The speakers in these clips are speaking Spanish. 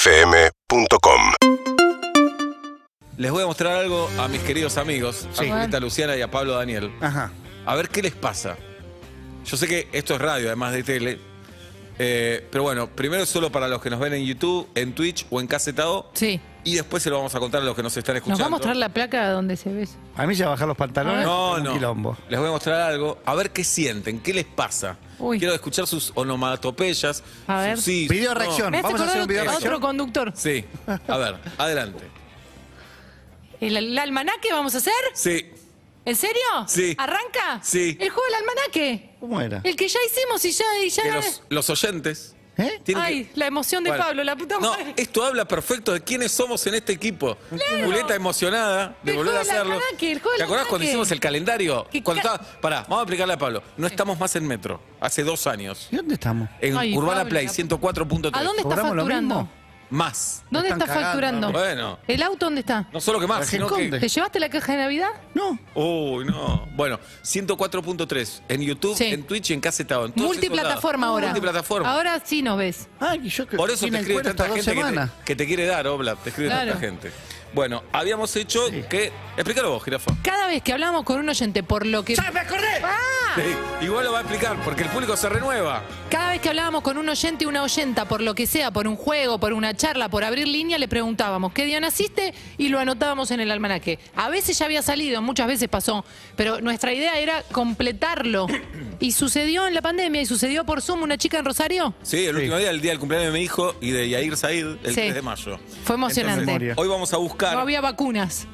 UrbanaPlayFM.com Les voy a mostrar algo a mis queridos amigos, a Julieta Luciana y a Pablo Daniel. Ajá. A ver qué les pasa. Yo sé que esto es radio, además de tele. Eh, pero bueno, primero es solo para los que nos ven en YouTube, en Twitch o en Casetado. Sí. Y después se lo vamos a contar a los que nos están escuchando. Nos va a mostrar la placa donde se ve. eso. A mí ya bajar los pantalones. No, un no. quilombo. Les voy a mostrar algo. A ver qué sienten, qué les pasa. Uy. Quiero escuchar sus onomatopeyas. A ver. sus sí, sus Video no. reacción. Me hace Vamos a hacer acordar un video a reacción. otro conductor. Sí. A ver, adelante. ¿El, el almanaque vamos a hacer? Sí. ¿En serio? Sí. ¿Arranca? Sí. ¿El juego del almanaque? ¿Cómo era? El que ya hicimos y ya... Y ya Que los, los oyentes. ¿Eh? tienen Ay, que- la emoción de Bueno, Pablo, la puta No, madre. esto habla perfecto de quiénes somos en este equipo. Julieta emocionada de El volver a juego del hacerlo. almanaque, el juego del ¿Te acordás cuando almanaque? hicimos el calendario? Que Cuando ca- estaba- Pará, vamos a explicarle a Pablo. No estamos más en metro, hace dos años. ¿Y dónde estamos? En Ay, Urbana Pablo, Play la- 104.3. ¿A dónde está ¿Cobramos lo facturando? mismo? Más. ¿Dónde Están está cagando, facturando? Bueno, ¿El auto dónde está? no solo que La más, sino Gilconde. que. ¿Te llevaste la caja de Navidad? No. Uy, no. Bueno, 104.3 en YouTube, Sí. en Twitch y en Casetado. en todos esos Multiplataforma lados. ahora. Multiplataforma. Ahora sí nos ves. Ay, Ah, yo que Por eso te vine al escribe cuero tanta estas dos gente que te, semanas. que te quiere dar, Obla. Te escribe Claro. tanta gente. Bueno, habíamos hecho que. Explícalo vos, jirafa. Cada vez que hablamos con un oyente por lo que... ¡Ya me acordé! Ah. Sí, igual lo va a explicar, porque el público se renueva. Cada vez que hablábamos con un oyente y una oyenta, por lo que sea, por un juego, por una charla, por abrir línea, le preguntábamos qué día naciste y lo anotábamos en el almanaque. A veces ya había salido, muchas veces pasó, pero nuestra idea era completarlo. Y sucedió en la pandemia y sucedió por Zoom una chica en Rosario. Sí, el último día, el día del cumpleaños de mi hijo y de Yair Said, el Sí. 3 de mayo. Fue emocionante. Memoria. Hoy vamos a buscar. no había vacunas.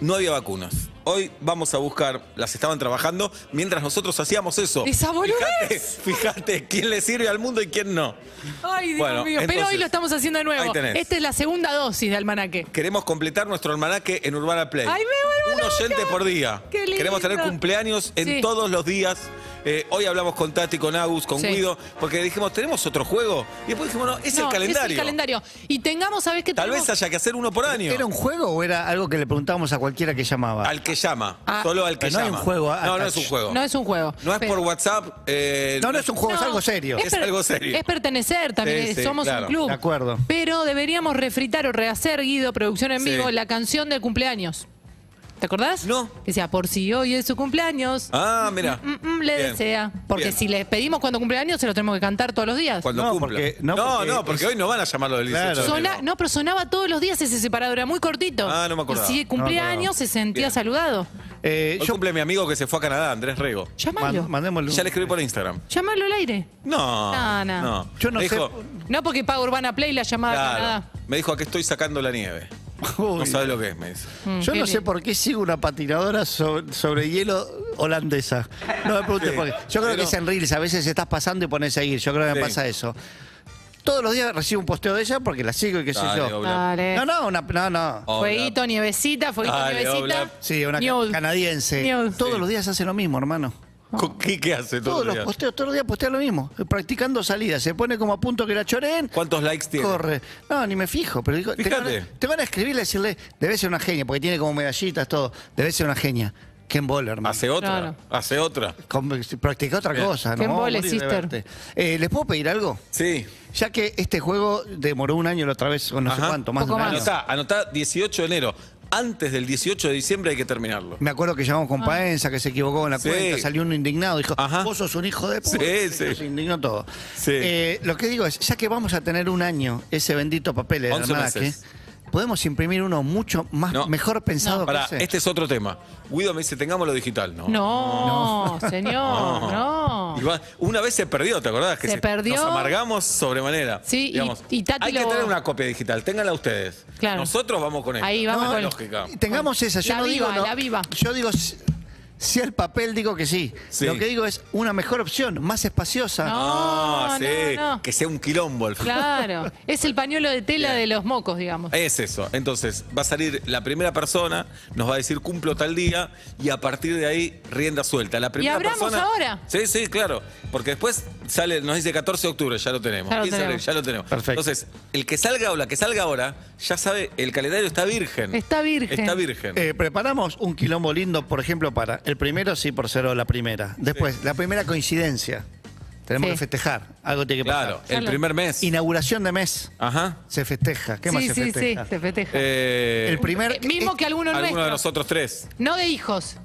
no había vacunas. Hoy vamos a buscar, las estaban trabajando mientras nosotros hacíamos eso. ¡Esa boludez! fíjate, fíjate quién le sirve al mundo y quién no. Ay, Dios Bueno, mío. pero entonces, hoy lo estamos haciendo de nuevo. ahí tenés. Esta es la segunda dosis de almanaque. Queremos completar nuestro almanaque en Urbana Play. Ay, me vuelvo Un loca. oyente por día. Qué lindo. Queremos tener cumpleaños en Sí. todos los días. Eh, hoy hablamos con Tati, con Agus, con Sí. Guido, porque dijimos, ¿tenemos otro juego? Y después dijimos, no, es No, el calendario. Es el calendario. Y tengamos, ¿sabes qué Tal vez tenemos? haya que hacer uno por año. ¿Era un juego o era algo que le preguntábamos a cualquiera que llamaba? Al que llama. Ah. Solo al que Pero no hay llama. un juego, ah, No, no ah, es un juego. No es un juego. No es Pero- por WhatsApp. eh, no, no es un juego, es No, algo serio. Es per- algo serio. Es pertenecer también, Sí, es- sí, somos claro. un club. De acuerdo. Pero deberíamos refritar o rehacer, Guido, producción en Sí. vivo, la canción del cumpleaños. ¿Te acordás? No. Que decía, por si hoy es su cumpleaños, Ah, mira. mm, mm, le Bien. desea. Porque Bien. si les pedimos cuando cumpleaños, se lo tenemos que cantar todos los días. Cuando No, cumpla. porque- no, no, no, porque, porque es- hoy no van a llamarlo del 18 Claro. de Sona- enero. no, pero sonaba todos los días ese separador, era muy cortito. Ah, no me acordaba. Y si cumpleaños, se sentía Bien. saludado. Eh, Hoy yo cumple mi amigo que se fue a Canadá, Andrés Rego. Llamalo. man- mandémosle un- Ya le escribí por Instagram. Llamalo al aire. No. No, no. Yo no Dijo, sé- No porque paga Urbana Play la llamada a Claro. Canadá. Me dijo, aquí estoy sacando la nieve. Uy. No sabe lo que es, me dice. Yo Mm, qué no sé lindo. por qué sigo una patinadora so- sobre, hielo holandesa. No me preguntes Sí, por qué. Yo creo pero- que es en Reels, a veces estás pasando y pones seguir. Yo creo que me Sí. pasa eso. Todos los días recibo un posteo de ella porque la sigo y qué sé Dale, yo. Oblap. Dale. No, no, una- no, no. Oblap. Fueguito, nievecita, fueguito, Dale, nievecita. Oblap. Sí, una ca- News. canadiense. News. Todos Sí. los días hace lo mismo, hermano. ¿Con ¿Qué, qué hace todo Todos el los día? posteos, todos los días postea lo mismo. Practicando salidas. Se pone como a punto que la choreen. ¿Cuántos likes tiene? Corre. No, ni me fijo, pero digo, te van, Fíjate. a, te van a escribirle y decirle, debe ser una genia, porque tiene como medallitas, todo. Debe ser una genia. Ken Boller, hermano. Hace otra. Claro. Hace otra. Practica otra Bien. cosa, Qué ¿no? embole, Morir de sister. verte. Eh, ¿Les puedo pedir algo? Sí. Ya que este juego demoró un año la otra vez, o no sé Ajá. cuánto, más de Poco un año. más. Anotá, anotá 18 de enero. Antes del 18 de diciembre hay que terminarlo. Me acuerdo que llamamos con Paenza, que se equivocó en la Ah. Sí. cuenta, salió uno indignado, dijo, Ajá. vos sos un hijo de puta. Sí, sí. Se indignó todo. Sí. Eh, lo que digo es, ya que vamos a tener un año ese bendito papel de 11 almanaque, meses. podemos imprimir uno mucho más No. mejor pensado que Pará, ese. este es otro tema. Guido me dice, tengamos lo digital. No. No, señor, no. Y va- una vez se perdió, ¿te acordás? Que Se perdió. Nos amargamos sobremanera. Sí, y- y Tati Hay que lo- tener una copia digital, ténganla ustedes. Claro. Nosotros vamos con ella. Ahí vamos No, con- lógica. Tengamos esa, yo La no viva, digo no. la viva. Yo digo si- si el papel digo que sí. Sí. Lo que digo es una mejor opción, más espaciosa. No. Ah, sí, no, no. que sea un quilombo al fin. Claro, es el pañuelo de tela Bien. de los mocos, digamos. Es eso. Entonces, va a salir la primera persona, nos va a decir cumplo tal día y a partir de ahí rienda suelta. La primera hablamos persona- ahora? Sí, sí, claro. Porque después sale, nos dice 14 de octubre, ya lo tenemos. Ya lo 15 de abril, tenemos. ya lo tenemos. Perfecto. Entonces, el que salga o la que salga ahora, ya sabe, el calendario está virgen. Está virgen. Está virgen. Eh, preparamos un quilombo lindo, por ejemplo, para el primero sí por ser la primera. Después, la primera coincidencia. Tenemos Sí. que festejar. Algo tiene que pasar. Claro, el Claro. primer mes. Inauguración de mes. Ajá. Se festeja. ¿Qué más sí, se sí, sí, festeja? se festeja. Eh, El primer. Eh, mismo que alguno, alguno de nuestro. nosotros tres. No de hijos.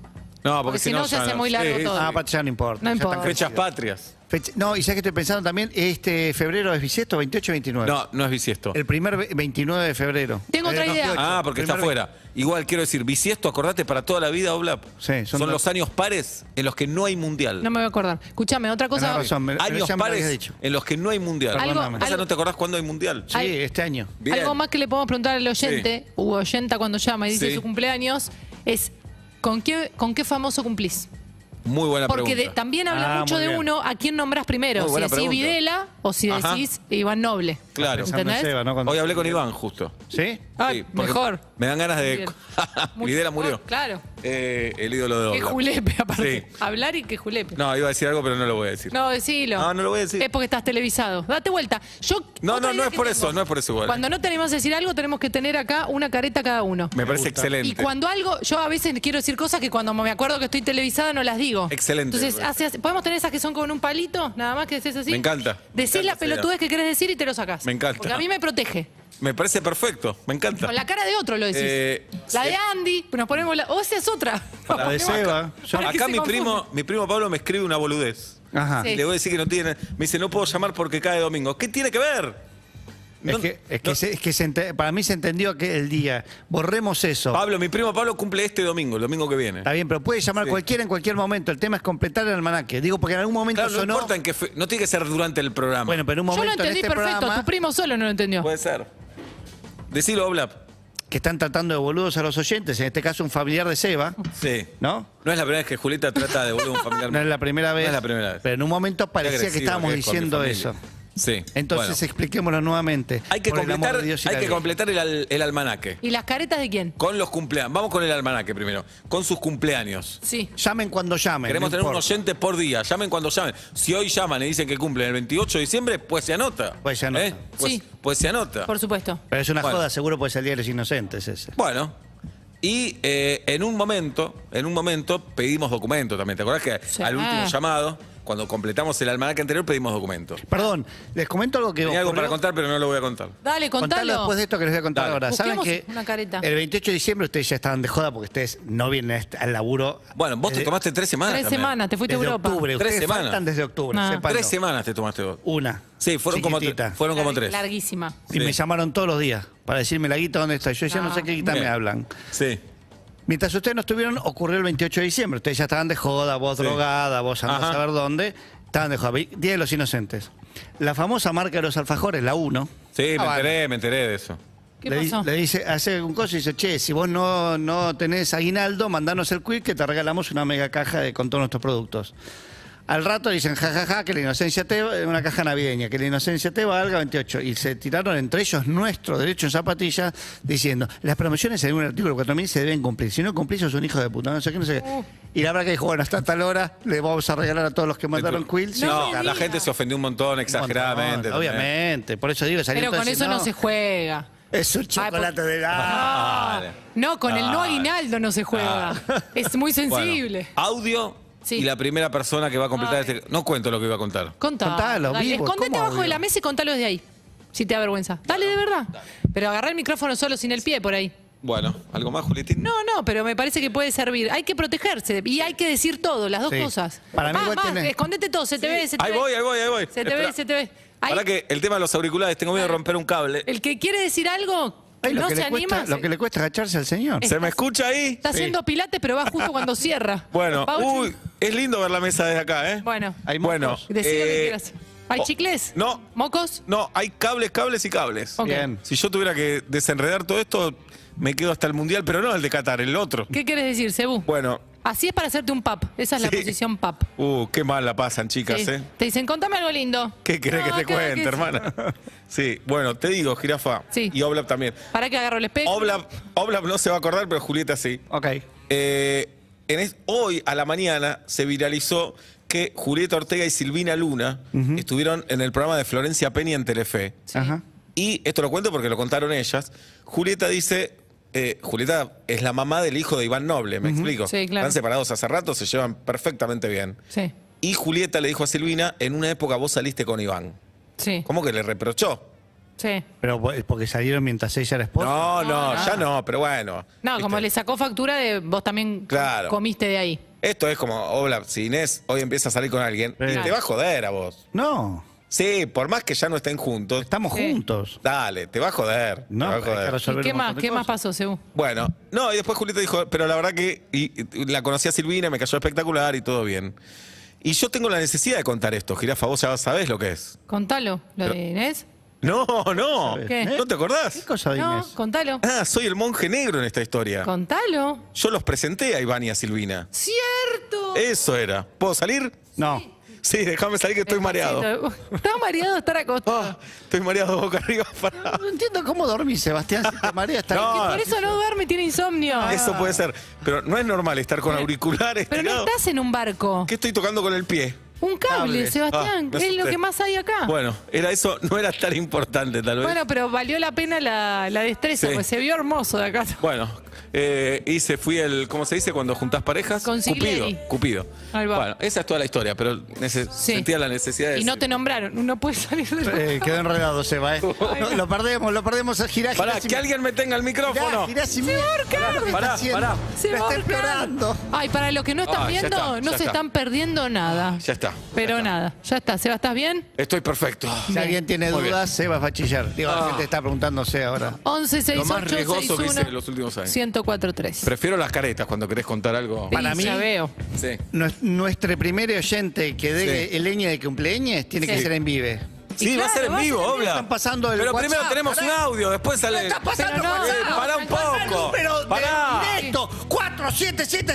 No, porque, Porque si no, no se ya hace muy largo todo. Ah, pa, ya no importa. No ya están importa. Fechas crecidos. patrias. Fecha- No, y ya que estoy pensando también, este febrero es bisiesto, 28, 29. No, no es bisiesto. El primer ve- 29 de febrero. Tengo otra Eh, no, idea. 28. Ah, porque está Primer afuera. Igual quiero decir, bisiesto, acordate, para toda la vida, Oblap. Sí, son son dos- los años pares en los que no hay mundial. No me voy a acordar. Escúchame, otra cosa. Tenés razón, me- pero años ya me lo pares habías dicho. en los que no hay mundial. Algo- Perdóname. Esa algo- no te acordás cuándo hay mundial. Sí, Ay. este año. Bien. Algo más que le podemos preguntar al oyente, u oyenta cuando llama y dice Sí. su cumpleaños, es ¿con qué, con qué famoso cumplís? Muy buena Porque de- pregunta. también habla Ah, mucho muy de bien. uno a quién nombrás primero, Muy si buena decís pregunta. Videla o si Ajá. decís Iván Noble. Claro. Pensando en ¿Entendés? Seba, ¿no? Cuando- Hoy hablé con Iván justo. ¿Sí? Ah, Sí, porque mejor. Me dan ganas de. Bien. Mucho- Videla murió. Ah, claro. Eh, el ídolo de Que Oblap. julepe, aparte. Sí. Hablar y que julepe. No, No, iba a decir algo, pero no lo voy a decir. decilo. No, no lo voy a decir. Es porque estás televisado. Date vuelta. Yo, No, otra no, idea no es que por eso, no es por eso igual. Cuando no tenemos que decir algo, tenemos que tener acá una careta cada uno. Me parece excelente. Y cuando algo, yo a veces quiero decir cosas que cuando me acuerdo que estoy televisada no las digo. Excelente. Entonces, hace- hace- podemos tener esas que son con un palito, nada más que decís así. Me encanta. Decís Me encanta la esa idea. pelotudez que querés decir y te lo sacás. Me encanta. Porque a mí me protege. Me parece perfecto, me encanta. Con la cara de otro lo decís. Eh, la sí. de Andy, nos ponemos la. O esa es otra. Nos La de ponemos- Seba. Yo- Para que Acá se mi confunda. primo, mi primo Pablo me escribe una boludez. Ajá. Sí. Y le voy a decir que no tiene. Me dice, no puedo llamar porque cae domingo. ¿Qué tiene que ver? Es No- que, es que no- se- es que se ente- para mí se entendió que el día. Borremos eso. Pablo, mi primo Pablo cumple este domingo, el domingo que viene. Está bien, pero puede llamar Sí. cualquiera en cualquier momento. El tema es completar el almanaque. Digo, porque en algún momento Claro, no sonó- importa en qué fe- No tiene que ser durante el programa. Bueno, pero en un Yo lo momento en entendí este perfecto, programa tu primo solo no lo entendió. Puede ser. Decilo, Oblap. que están tratando de boludos a los oyentes, en este caso un familiar de Seba, Sí. ¿no? No es la primera vez que Julieta trata de volver a un familiar. No es la primera vez. No es la primera vez. Pero en un momento Qué parecía que agresivo estábamos es con mi diciendo familia. eso. Sí. Entonces bueno. expliquémoslo nuevamente. hay que por el amor completar, de Dios y hay la que vida. completar el, al- el almanaque. ¿Y las caretas de quién? Con los cumpleaños. Vamos con el almanaque primero. Con sus cumpleaños. Sí. Llamen cuando llamen. Queremos no tener un importa. oyente por día. Llamen cuando llamen. Si hoy llaman y dicen que cumplen el 28 de diciembre, pues se anota. Pues se anota. Pues, Sí. pues se anota. Por supuesto. Pero es una Bueno. joda, seguro puede salir de los inocentes ese. Bueno. Y eh, en un momento, en un momento pedimos documento también. ¿Te acordás que Sí. al último Ah. llamado, cuando completamos el almanaque anterior, pedimos documento? Perdón, les comento algo que Tenía algo para ocurrió. contar, pero no lo voy a contar. Dale, Contarlo contalo. después de esto que les voy a contar Dale. ahora. ¿Saben Busquemos que una careta. el 28 de diciembre ustedes ya estaban de joda porque ustedes no vienen a este- al laburo. Bueno, vos te desde- tomaste tres semanas. Tres también. semanas, te fuiste a desde Europa. octubre. Tres ustedes semanas. faltan desde octubre, Ah. sépanlo. Tres semanas te tomaste vos. Una. Sí, fueron como, tre- Chiquitita. fueron como Lar- tres. Larguísima. Y Sí. me llamaron todos los días para decirme la guita dónde está. Yo ya no, Ah. sé qué guita Bien. me hablan. Sí. Mientras ustedes no estuvieron, ocurrió el 28 de diciembre. Ustedes ya estaban de joda, vos Sí. drogada, vos andás Ajá. a saber dónde. Estaban de joda. Vi- Día de los Inocentes. La famosa marca de los alfajores, la 1. Sí, me Ah, bueno. enteré, me enteré de eso. ¿Qué le, di- pasó? le dice, hace un coso y dice, che, si vos no, no tenés aguinaldo, mandanos el quick que te regalamos una mega caja de, con todos nuestros productos. Al rato dicen, jajaja, que la inocencia te va-", una caja navideña, que la inocencia te valga 28. Y se tiraron entre ellos nuestro derecho en zapatillas diciendo, las promociones en un artículo 4000 se deben cumplir. Si no cumplís, sos un hijo de puta, no sé qué, no sé Uh. qué. Y la verdad que dijo, bueno, hasta tal hora le vamos a regalar a todos los que mandaron quill. Sí, No, la gente se ofendió un montón, exageradamente. también. Obviamente, por eso digo, Pero salieron con todos a eso decir, no se juega. Es un chocolate de la... Dale. No, con el no Dale. aguinaldo no se juega. Es muy Ah. Bueno, sensible. audio Sí. y la primera persona que va a completar Ay. este. No cuento lo que iba a contar. Contalo. Contalo, dale. vivo, Escondete ¿cómo abajo audio? de la mesa y contalo desde ahí. Si te da vergüenza. Dale, de verdad. Pero agarrá el micrófono solo sin el pie por ahí. Bueno, ¿algo más, Julietín? No, no, pero me parece que puede servir. Hay que protegerse y hay que decir todo, las dos Sí. cosas. Para mí Más, igual más, tenés- escondete todo, se te ve, se te Ahí ve. voy, ahí voy, ahí voy. Se te ve, Espera. se te ve. Ahí- Pará que el tema de los auriculares, tengo miedo de romper un cable. El que quiere decir algo, Ay, lo no que se le anima. cuesta- se- Lo que le cuesta agacharse al señor. ¿Se me escucha ahí? Está haciendo pilates, pero va justo cuando cierra. Bueno, Va ocho- uy, es lindo ver la mesa desde acá, ¿eh? Bueno, Hay bueno. mocos. decí lo que eh, quieras. ¿Hay oh, chicles? No, ¿Mocos? no, hay cables, cables y cables. Ok. Bien. Si yo tuviera que desenredar todo esto, me quedo hasta el mundial, pero no el de Qatar, el otro. ¿Qué quieres decir, Cebu? Bueno, Así es para hacerte un pap. Esa es la Sí. posición pap. uh, qué mal la pasan, chicas, Sí. ¿eh? Te dicen, contame algo lindo. ¿Qué querés No, que te ¿qué- cuente, qué- hermana? Sí, bueno, te digo, jirafa. Sí. Y Oblap también. Para que agarro el espejo. Oblap, Oblap no se va a acordar, pero Julieta sí. Ok. Eh, en es- hoy a la mañana se viralizó que Julieta Ortega y Silvina Luna estuvieron en el programa de Florencia Peña en Telefe. Ajá. Y esto lo cuento porque lo contaron ellas. Julieta dice. eh, Julieta es la mamá del hijo de Iván Noble, me explico. Sí, claro. Están separados hace rato, se llevan perfectamente bien. Sí. Y Julieta le dijo a Silvina, en una época vos saliste con Iván. Sí. ¿Cómo que le reprochó? Sí. Pero po- porque salieron mientras ella era esposa. No, no, Ah. no. ya no, pero bueno. No, como ¿Viste? le sacó factura de vos también Este. Claro. comiste de ahí. Esto es como, hola, si Inés hoy empieza a salir con alguien, y Sí. te va a joder a vos. No, Sí, por más que ya no estén juntos, estamos Sí. juntos. dale, te va a joder. te No, va a hay que joder. ¿Y resolver qué un más, montón de qué más cosas. pasó, Seú? Bueno, no, y después Julieta dijo, pero la verdad que y- y la conocí a Silvina, me cayó espectacular y todo bien. Y yo tengo la necesidad de contar esto, Girafa, vos ya sabés lo que es. Contalo, lo Pero- de Inés. No, no, ¿Qué? ¿no te ¿Eh? ¿Qué acordás? cosa de No, Inés? contalo. Ah, soy el monje negro en esta historia. Contalo. Yo los presenté a Iván y a Silvina. ¡Cierto! Eso era. ¿Puedo salir? No. Sí, déjame salir que estoy mareado. Está mareado de estar acostado. Ah, estoy mareado boca arriba. pará. No entiendo cómo dormís, Sebastián, si te mareas tan- No. Por eso no duerme, tiene insomnio. Eso puede ser. Pero no es normal estar con auriculares. Ah. Pero no tirado. estás en un barco. ¿Qué estoy tocando con el pie? Un cable, Cable. Sebastián. Ah, me es lo asusté. que más hay acá. Bueno, era eso, no era tan importante tal vez. Bueno, pero valió la pena la, la destreza, Sí. pues se vio hermoso de acá. Bueno, eh, hice, fui el, ¿cómo se dice cuando juntás parejas? Con Cupido, Siglieri. Cupido. Ahí va. Bueno, esa es toda la historia, pero nece- Sí. sentía la necesidad de Y no decir- te nombraron, no puede salir de la- Eh, quedó enredado, Seba. eh. No, lo perdemos, lo perdemos. eh, Girá, girá. Pará, sin- que alguien me tenga el Girá, micrófono. girá sin miedo. Pará, ¿qué está Pará, haciendo? pará. La Se está va a ahorcar. explorando. Ay, para los que no están Ah, ya viendo, está, no ya se está. están perdiendo nada. Ya está. ya pero está. nada, ya está. Seba, ¿estás bien? Estoy perfecto. Si alguien tiene Muy bien. dudas, Seba va a chillar. Digo, la Ah. gente está preguntándose ahora. 11 Lo 6 más 8 6 riesgoso que hice en 1 los últimos años. 104 3. Prefiero las caretas cuando querés contar algo. para mí- Ya veo. Sí. Nues- Nuestro primer oyente que dé Sí. el leña de cumpleaños tiene que Sí. ser en vive. Sí, Y va a ser claro, en va a vivo, ser en vivo, obla. están pasando el Pero primero WhatsApp, tenemos pará. un audio, después sale. eh, está pasando Pero no, eh, WhatsApp. pará un Pasa el poco. número de Pará. directo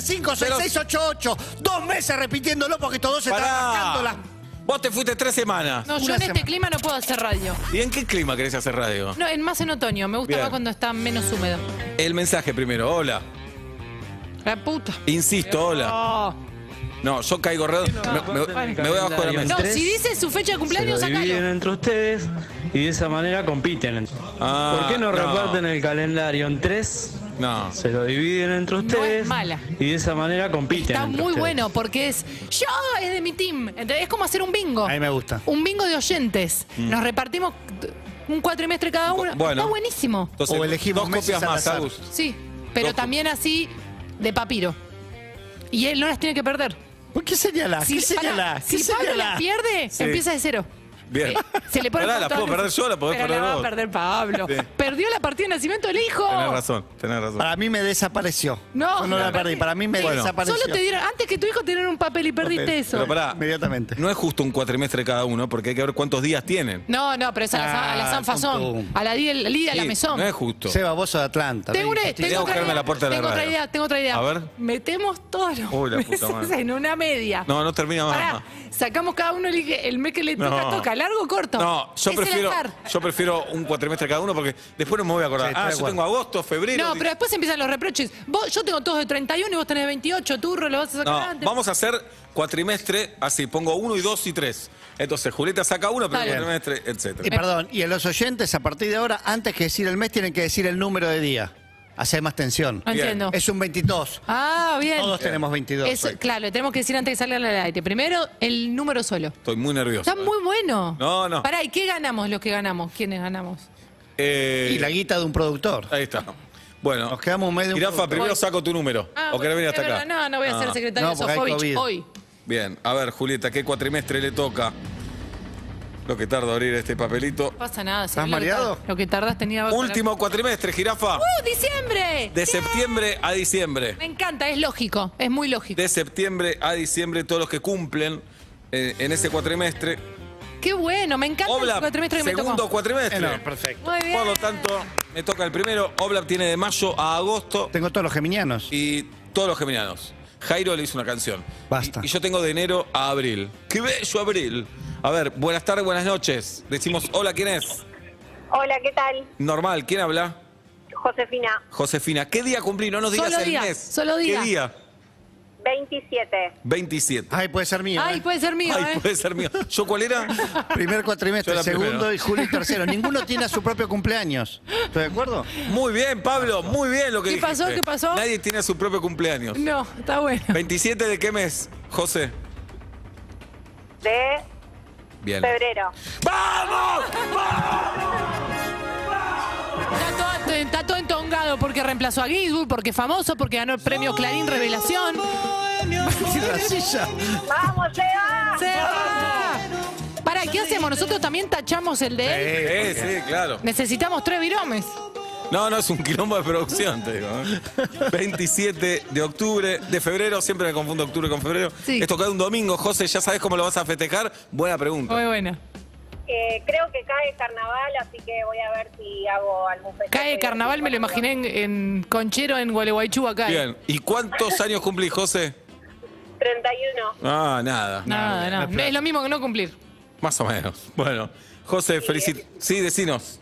47756688 dos meses repitiéndolo porque todos dos se están rascando las Pará. Vos te fuiste tres semanas. No, yo Una en este semana. clima no puedo hacer radio. ¿Y en qué clima querés hacer radio? No, en más en otoño, me gusta Bien. más cuando está menos húmedo. El mensaje primero, hola. La puta. Insisto, hola. Oh. No, yo caigo redondo. Me, me- me voy abajo de la No, mesa. Tres. si dice su fecha de Se lo cumpleaños, dividen sacalo. entre ustedes y de esa manera compiten. Ah, ¿Por qué no, no. reparten el calendario en tres? No. Se lo dividen entre es ustedes mala. y de esa manera compiten. Está entre muy ustedes. bueno porque es. Yo es de mi team. ¿entendés? Es como hacer un bingo. A mí me gusta. Un bingo de oyentes. Nos repartimos un cuatrimestre cada uno. Mm. Bueno. Está buenísimo. Entonces, O elegimos dos meses copias al más, azar. Agus. Sí, pero Ojo. también así de papiro. Y él no las tiene que perder. ¿Por qué señalás? ¿Qué pará, señalás? ¿Qué si Pablo las señalás? pierde, Sí. empieza de cero. Bien. Eh, Se le pone Pará, un la montón puedo de- perder yo, la podés Pero perder la va vos. a perder Pablo. Sí. Perdió la partida de nacimiento del hijo. Tenés razón, tenés razón. Para mí me desapareció. No, Yo no la la perdí. perdí. Para mí me Bueno. desapareció. Solo te dieron, antes que tu hijo te dieron un papel y perdiste eso. Pero pará, Inmediatamente. no es justo un cuatrimestre cada uno, porque hay que ver cuántos días tienen. No, no, pero es a la, a la Ah, San Fasón, tonto. a la Lidia, Lidia la Sí, Mesón. No es justo. Seba, vos sos de Atlanta. Tengo, una, ¿no? tengo otra buscarme idea, la puerta de la tengo otra radio. idea, tengo otra idea. A ver. Metemos todos los Uy, la puta meses madre. en una media. No, no termina más. Pará, más. sacamos cada uno elige el mes que le No. toca, toca, largo o corto. No, yo Es el prefiero, azar. yo prefiero un cuatrimestre cada uno porque después no me voy a acordar. Sí, estoy ah, de yo acuerdo. tengo agosto, febrero. No, dic- pero después empiezan los reproches. Vos, yo tengo todos de 31 y vos tenés de 28, turro, lo vas a sacar No, antes. vamos a hacer cuatrimestre así. Pongo uno y dos y tres. Entonces, Julieta saca uno, pero Dale. cuatrimestre, etcétera. Y Eh, perdón, y a los oyentes, a partir de ahora, antes que decir el mes, tienen que decir el número de día. Hace más tensión. No entiendo. Es un 22. Ah, bien. Todos tenemos 22. Eso, claro, le tenemos que decir antes que salga al aire. Primero, el número solo. Estoy muy nervioso. Está muy bueno. No, no. Pará, ¿y qué ganamos los que ganamos? ¿Quiénes ganamos? Eh, Y la guita de un productor. Ahí está. Bueno, Nos quedamos un mes de un Jirafa, productor. primero saco tu número. ¿O porque querés venir Ah, es hasta acá? verdad, No, no voy a ser Ah, secretario No, de porque hay Sofovich COVID. hoy. Bien, a ver, Julieta, ¿qué cuatrimestre le toca? Lo que tarda abrir este papelito. No pasa nada. ¿Estás seguí lo que mareado? tar- Lo que tardás tenía... Último cuatrimestre, Jirafa. ¡Uh, diciembre! De Sí. septiembre a diciembre. Me encanta, es lógico, es muy lógico. de septiembre a diciembre, todos los que cumplen eh, en ese cuatrimestre. Qué bueno, me encanta Oblap, el cuatrimestre que me segundo tocó. cuatrimestre. Eh, no, perfecto. Muy bien. Por lo tanto, me toca el primero. Oblap tiene de mayo a agosto Tengo todos los geminianos. y todos los geminianos. Jairo le hizo una canción. Basta. Y, y yo tengo de enero a abril. ¡Qué bello abril! A ver, buenas tardes, buenas noches. Decimos, hola, ¿quién es? Hola, ¿qué tal? Normal, ¿quién habla? Josefina, Josefina. ¿Qué día cumplí? No nos digas Solo el día, mes. solo día. ¿Qué día? 27. 27. Ay, puede ser mío. Ay, ¿eh? puede ser mío, Ay, ¿eh? puede ser mío. ¿Yo cuál era? Primer Yo cuatrimestre, la segundo primera. y julio y tercero. Ninguno tiene a su propio cumpleaños. ¿Estás de acuerdo? Muy bien, Pablo, muy bien lo que ¿Qué pasó? dijiste. ¿Qué pasó? Nadie tiene su propio cumpleaños. No, está bueno. 27 de qué mes, José? de Bien. febrero. ¡Vamos! Está todo, está todo entongado porque reemplazó a Gisburg, porque es famoso, porque ganó el premio Clarín Revelación. Cierra la silla. ¡Vamos, Seba! ¡Se va! Para, ¿qué hacemos? ¿Nosotros también tachamos el de él? Eh, sí, claro. Necesitamos tres viromes. No, no, es un quilombo de producción, te digo. ¿eh? 27 de octubre, de febrero, siempre me confundo octubre con febrero. Sí. Esto cae un domingo, José, ¿ya sabes cómo lo vas a festejar? Buena pregunta. Muy buena. Eh, creo que cae carnaval, así que voy a ver si hago algún festejo. Cae carnaval, me lo imaginé en, en Conchero, en Gualeguaychú, acá. Bien, ¿y cuántos años cumplís, José? 31. Ah, nada. Nada, nada. Es lo mismo que no cumplir. Más o menos. Bueno, José, felicito. Sí, decinos.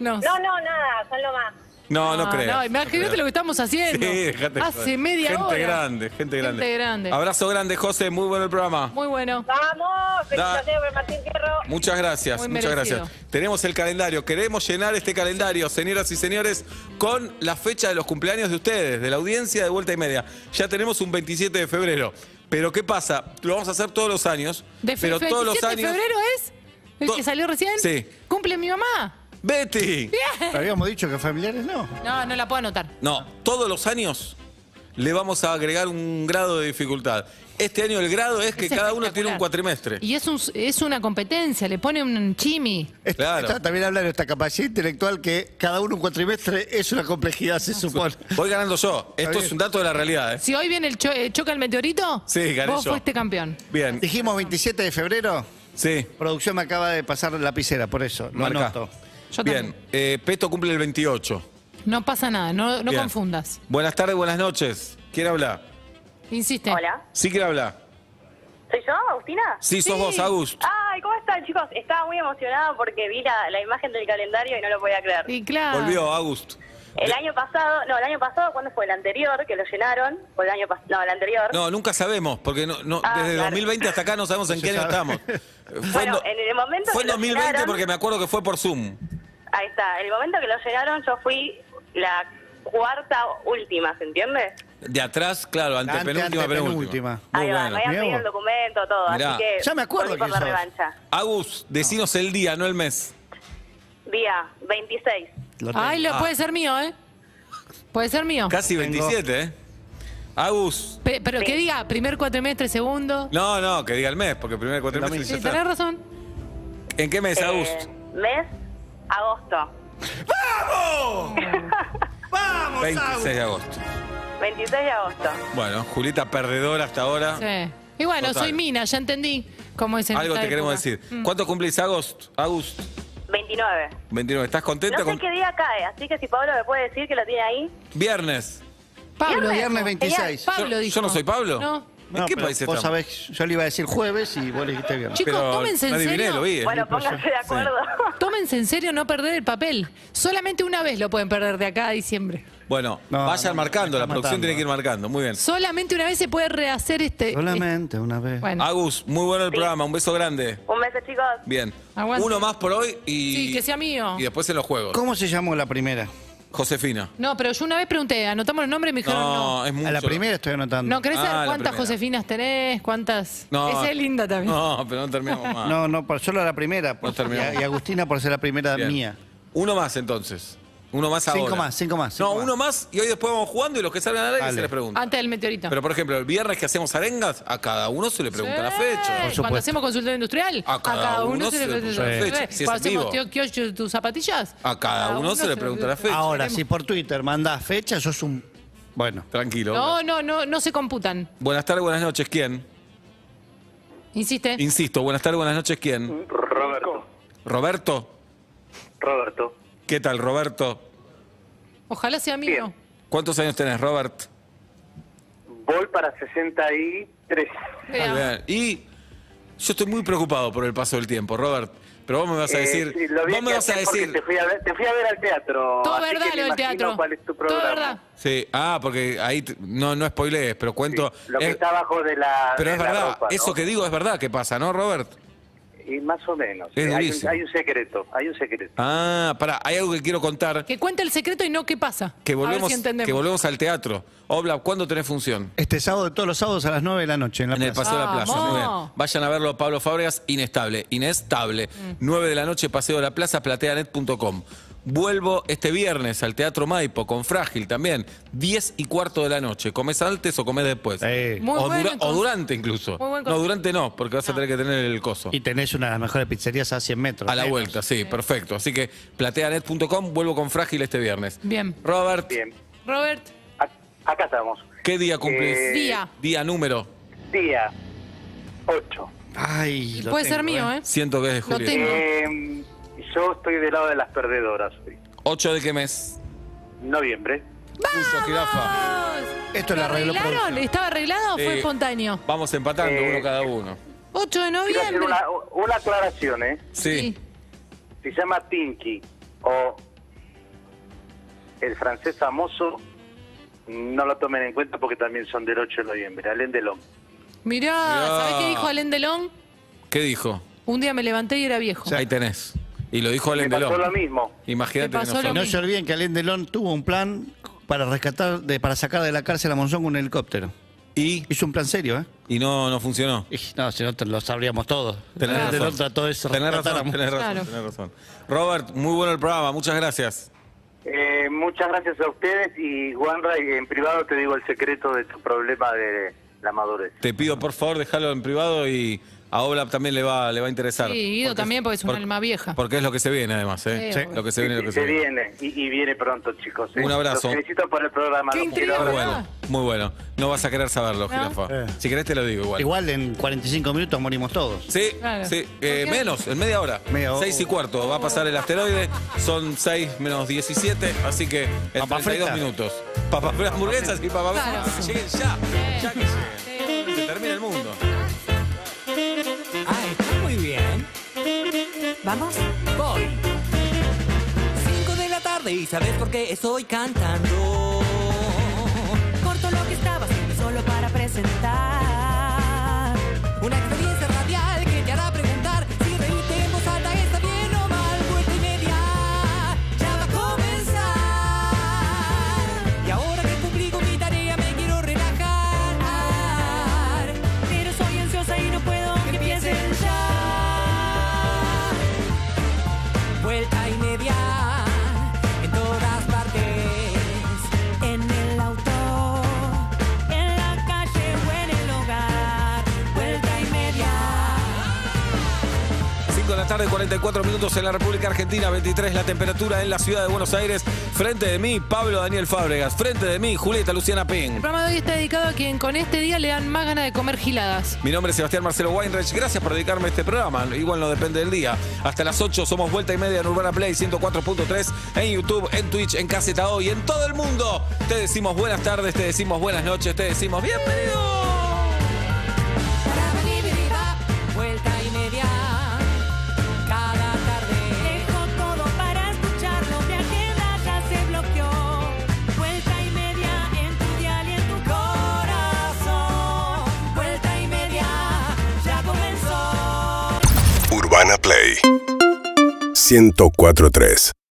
No. Ah, No, no, nada, son lo más. No, no, creo. No, imagínate lo que estamos haciendo. Sí, dejate. Hace media gente hora. Grande, gente grande, Gente grande. Abrazo grande, José. Muy bueno el programa. Muy bueno. ¡Vamos! Da- ¡Felicitaciones por Martín Fierro! Muchas gracias, Muy muchas merecido. gracias. Tenemos el calendario. Queremos llenar este calendario, señoras y señores, con la fecha de los cumpleaños de ustedes, de la audiencia de vuelta y media. Ya tenemos un 27 de febrero. Pero ¿qué pasa? Lo vamos a hacer todos los años. De fe- pero todos los 27 años. de febrero es el To- que salió recién. Sí. Cumple mi mamá. ¡Betty! Habíamos dicho que familiares no. No, no la puedo anotar. No, todos los años le vamos a agregar un grado de dificultad. Este año el grado es que Es cada uno tiene un espectacular. cuatrimestre. Y es, un, es una competencia, le pone un chimi. Esta- Claro. esta- también habla de nuestra capacidad intelectual que cada uno un cuatrimestre es una complejidad, se supone. Voy ganando yo. Esto bien. es un dato de la realidad. ¿eh? Si hoy viene el cho- eh, choca el meteorito, Sí, gané vos yo. fuiste campeón. Bien, Dijimos 27 de febrero. sí. Producción me acaba de pasar la lapicera, por eso. Lo Marca. anoto. Yo Bien, también. eh, Peto cumple el 28. No pasa nada, no, no Bien. confundas. Buenas tardes, buenas noches. ¿Quién habla? Insiste. Hola. ¿Sí quiere hablar? ¿Soy yo, Agustina? Sí, sos Sí. vos, Agust. Ay, ¿cómo están, chicos? Estaba muy emocionada porque vi la, la imagen del calendario y no lo podía creer. Y claro. Volvió, Agust. Eh. El año pasado, no, el año pasado, ¿cuándo fue? El anterior, que lo llenaron. O el año pas- no, el anterior. No, nunca sabemos, porque no, no- Ah, desde claro. 2020 hasta acá no sabemos en qué año estamos. Fue Bueno, do- en el momento fue en que lo 2020 llenaron- porque me acuerdo que fue por Zoom. Ahí está, en el momento que lo llenaron yo fui la cuarta última, ¿se entiende? De atrás, claro, Ante- antepenúltima, penúltima. antepenúltima. Muy Ahí va, bueno. me habían Mirá vos. pedido el documento, todo, Mirá. así que... Ya me acuerdo volví por la quién sos. revancha. Agus, decinos el día, no el mes. Día 26. Lo tengo. Ay, lo, Ah. puede ser mío, ¿eh? Puede ser mío. Casi Tengo. 27, ¿eh? Agus. Pe- pero que diga, primer cuatrimestre, segundo. No, no, que diga el mes, porque primero cuatro Lo meses mismo. ya Sí, está. tenés razón. ¿En qué mes, Eh, Agus? mes, agosto. 26 de agosto. 26 de agosto. Bueno, Julieta perdedora hasta ahora. Sí. Y bueno, Total. soy Mina, ya entendí cómo es en Algo esta te queremos época. Mm. decir. ¿Cuánto cumplís, Agus? Agus, 29. 29. ¿Estás contenta No sé con qué día cae, así que si Pablo me puede decir que lo tiene ahí. viernes? Pablo, Viernes dijo. 26. Pablo yo, dijo. yo no soy Pablo. No. ¿En No, qué pero país Vos estamos? sabés, yo le iba a decir jueves y vos le dijiste viernes. Chicos, tómense en me adiviné, serio. lo vi. Bueno, pónganse de acuerdo. Tómense en serio no perder el papel. Solamente una vez lo pueden perder de acá a diciembre. Bueno, No, vayan no, marcando, me la está producción matando. tiene que ir marcando. Muy bien. Solamente una vez se puede rehacer este. Solamente una vez. Bueno, Agus, muy eh, bueno el Sí. programa, un beso grande. Un beso, chicos. Bien. Aguante. Uno más por hoy y. Sí, que sea mío. Y después en los juegos. ¿Cómo se llamó la primera? Josefina. no, pero yo una vez pregunté, anotamos los nombres y me dijeron no. es mucho. A la primera estoy anotando. No, ¿querés Ah, la saber cuántas primera. Josefinas tenés? ¿Cuántas? No. Esa es linda también. No, pero no terminamos más. No, no, por, solo la primera. por- No terminamos. y, a- y Agustina por ser la primera Bien. mía. Uno más entonces. Uno más ahora. Cinco más, cinco más, cinco no, más. uno más y hoy después vamos jugando y los que salgan al aire Dale. se les pregunta. Antes del meteorito. Pero por ejemplo, el viernes que hacemos arengas, a cada uno se le pregunta la fecha. supuesto. Cuando hacemos consultorio industrial, A cada uno se le pregunta la fecha, si es Cuando en vivo. hacemos tío, kiosco, tus zapatillas, A cada uno se le pregunta la fecha. Ahora, si por Twitter mandás fecha, sos un. Bueno. Tranquilo. No, no, no, no se computan. Buenas tardes, buenas noches, ¿quién? Insiste. Insisto, buenas tardes, buenas noches, ¿quién? Roberto. ¿Roberto? Roberto. ¿Qué tal, Roberto? Ojalá sea mío. Bien. ¿Cuántos años tenés, Robert? Voy para 63. Vea. Muy bien. Y yo estoy muy preocupado por el paso del tiempo, Robert. Pero vos me vas a Eh, decir. sí, lo vi vos me que vas a hacés porque decir. Te fui a, ver, te fui a ver al teatro. Todo así que verdad me lo del imagino teatro. ¿Cuál es tu Todo programa? verdad. Sí, ah, porque ahí t- no, no spoilees, pero Sí, cuento. lo que es- está abajo de la. pero de es la verdad, ropa, ¿no? eso que digo es verdad que pasa, ¿no, Robert? Y más o menos. Es Eh, hay, un, durísimo. hay un secreto, hay un secreto. Ah, pará, hay algo que quiero contar. Que cuente el secreto y no qué pasa. Que a ver volvemos, si entendemos. que volvemos al teatro. Obla, ¿cuándo tenés función? Este sábado, todos los sábados a las 9 de la noche en la En el plaza. Paseo de la Plaza. Muy ¡Vamos! Mm. bien. Vayan a verlo, Pablo Fábregas, inestable, inestable. 9 de la noche, Paseo de la Plaza, plateanet.com. Vuelvo este viernes al Teatro Maipo con Frágil también, 10 y cuarto de la noche. ¿Comes antes o comes después? Sí. Muy o, bueno, dura- o entonces. durante incluso. Muy buen Ah. no, consejo. durante no, porque vas a tener que tener el coso. Y tenés una de las mejores pizzerías a 100 metros. ¿eh? A la menos. vuelta, sí, perfecto. Así que plateanet.com, vuelvo con Frágil este viernes. Bien. Robert, Bien, Robert, A- acá estamos. ¿qué día cumplís? Eh, día. Día número. Día 8. Ay, lo Puede tengo, ser mío, ¿eh? Siento que es de Lo julio. tengo. Eh, yo estoy del lado de las perdedoras. hoy. 8 de qué mes. Noviembre. Puso jirafa. Esto ¿Lo lo arregló arreglaron? producción. ¿Estaba arreglado o fue Eh, espontáneo? Vamos empatando Eh, uno cada uno. 8 de Quiero hacer noviembre. una, una aclaración, ¿eh? Sí. Se llama Tinky o el francés famoso. No lo tomen en cuenta porque también son del 8 de noviembre. Alain Delon. Mirá, Mirá. ¿sabés qué dijo Alain Delon? ¿Qué dijo? Un día me levanté y era viejo. Ahí tenés. Y lo dijo Me Alain pasó lo Delon. mismo. Imagínate Te pasó nosotros. lo No mismo. se olviden que Alain Delon tuvo un plan para rescatar, de, para sacar de la cárcel a Monzón con un helicóptero. Y, Hizo un plan serio, ¿eh? y no, no funcionó. Y no, si no te- lo sabríamos todos. Tenés Alain razón. Delon trató de eso. Tenés razón, tenés razón, Claro. tenés razón. Robert, muy bueno el programa, muchas gracias. Eh, muchas gracias a ustedes y Juanra, y en privado te digo el secreto de tu problema de la madurez. Te pido por favor dejarlo en privado y a Oblap también le va, le va a interesar. Sí, Guido también, porque es una alma vieja. Porque es lo que se viene además, ¿eh? Sí, Sí. Lo que se viene, lo que se Se viene. viene y, y viene pronto, chicos. ¿eh? Un abrazo. Los felicito por el programa. Qué los quiero. intriga, Muy ¿verdad? bueno, muy bueno. No vas a querer saberlo, jirafa. Eh. Si querés te lo digo igual. Igual en 45 minutos morimos todos. Sí, Claro. sí. ¿Por Eh, qué? menos, en media hora. Media hora. Seis y cuarto. Va a pasar el asteroide. Son seis menos 17, así que en Papas 32 fritas. minutos. Papas fritas, hamburguesas y papas Claro. fritas. Que Lleguen ya. Ya que lleguen. Se termina el mundo. Ah, está muy bien. ¿Vamos? Voy. 5 de la tarde y sabes por qué estoy cantando. Corto lo que estaba haciendo solo para presentar. Una experiencia radial que te hará preguntar si reírte en voz alta está bien o mal. Vuelta y media ya va a comenzar. Y ahora que cumplí con mi tarea me quiero relajar. Pero soy ansiosa y no puedo que empiecen ya vuelta y media en todas partes, en el auto, en la calle o en el hogar, vuelta y media. 5 de la tarde, 44 minutos en la República Argentina, 23 la temperatura en la ciudad de Buenos Aires. Frente de mí, Pablo Daniel Fábregas. Frente de mí, Julieta Luciana Ping. El programa de hoy está dedicado a quien con este día le dan más ganas de comer giladas. Mi nombre es Sebastián Marcelo Weinreich. Gracias por dedicarme a este programa. Igual no depende del día. Hasta las 8 somos vuelta y media en Urbana Play 104.3, en YouTube, en Twitch, en Caseta Hoy, en todo el mundo. Te decimos buenas tardes, te decimos buenas noches, te decimos bienvenido. Vuelta y media, cada tarde. Dejo todo para escucharlo, mi agenda ya se bloqueó. Vuelta y media en tu dial y en tu corazón. Vuelta y media, ya comenzó. Urbana Play 104.3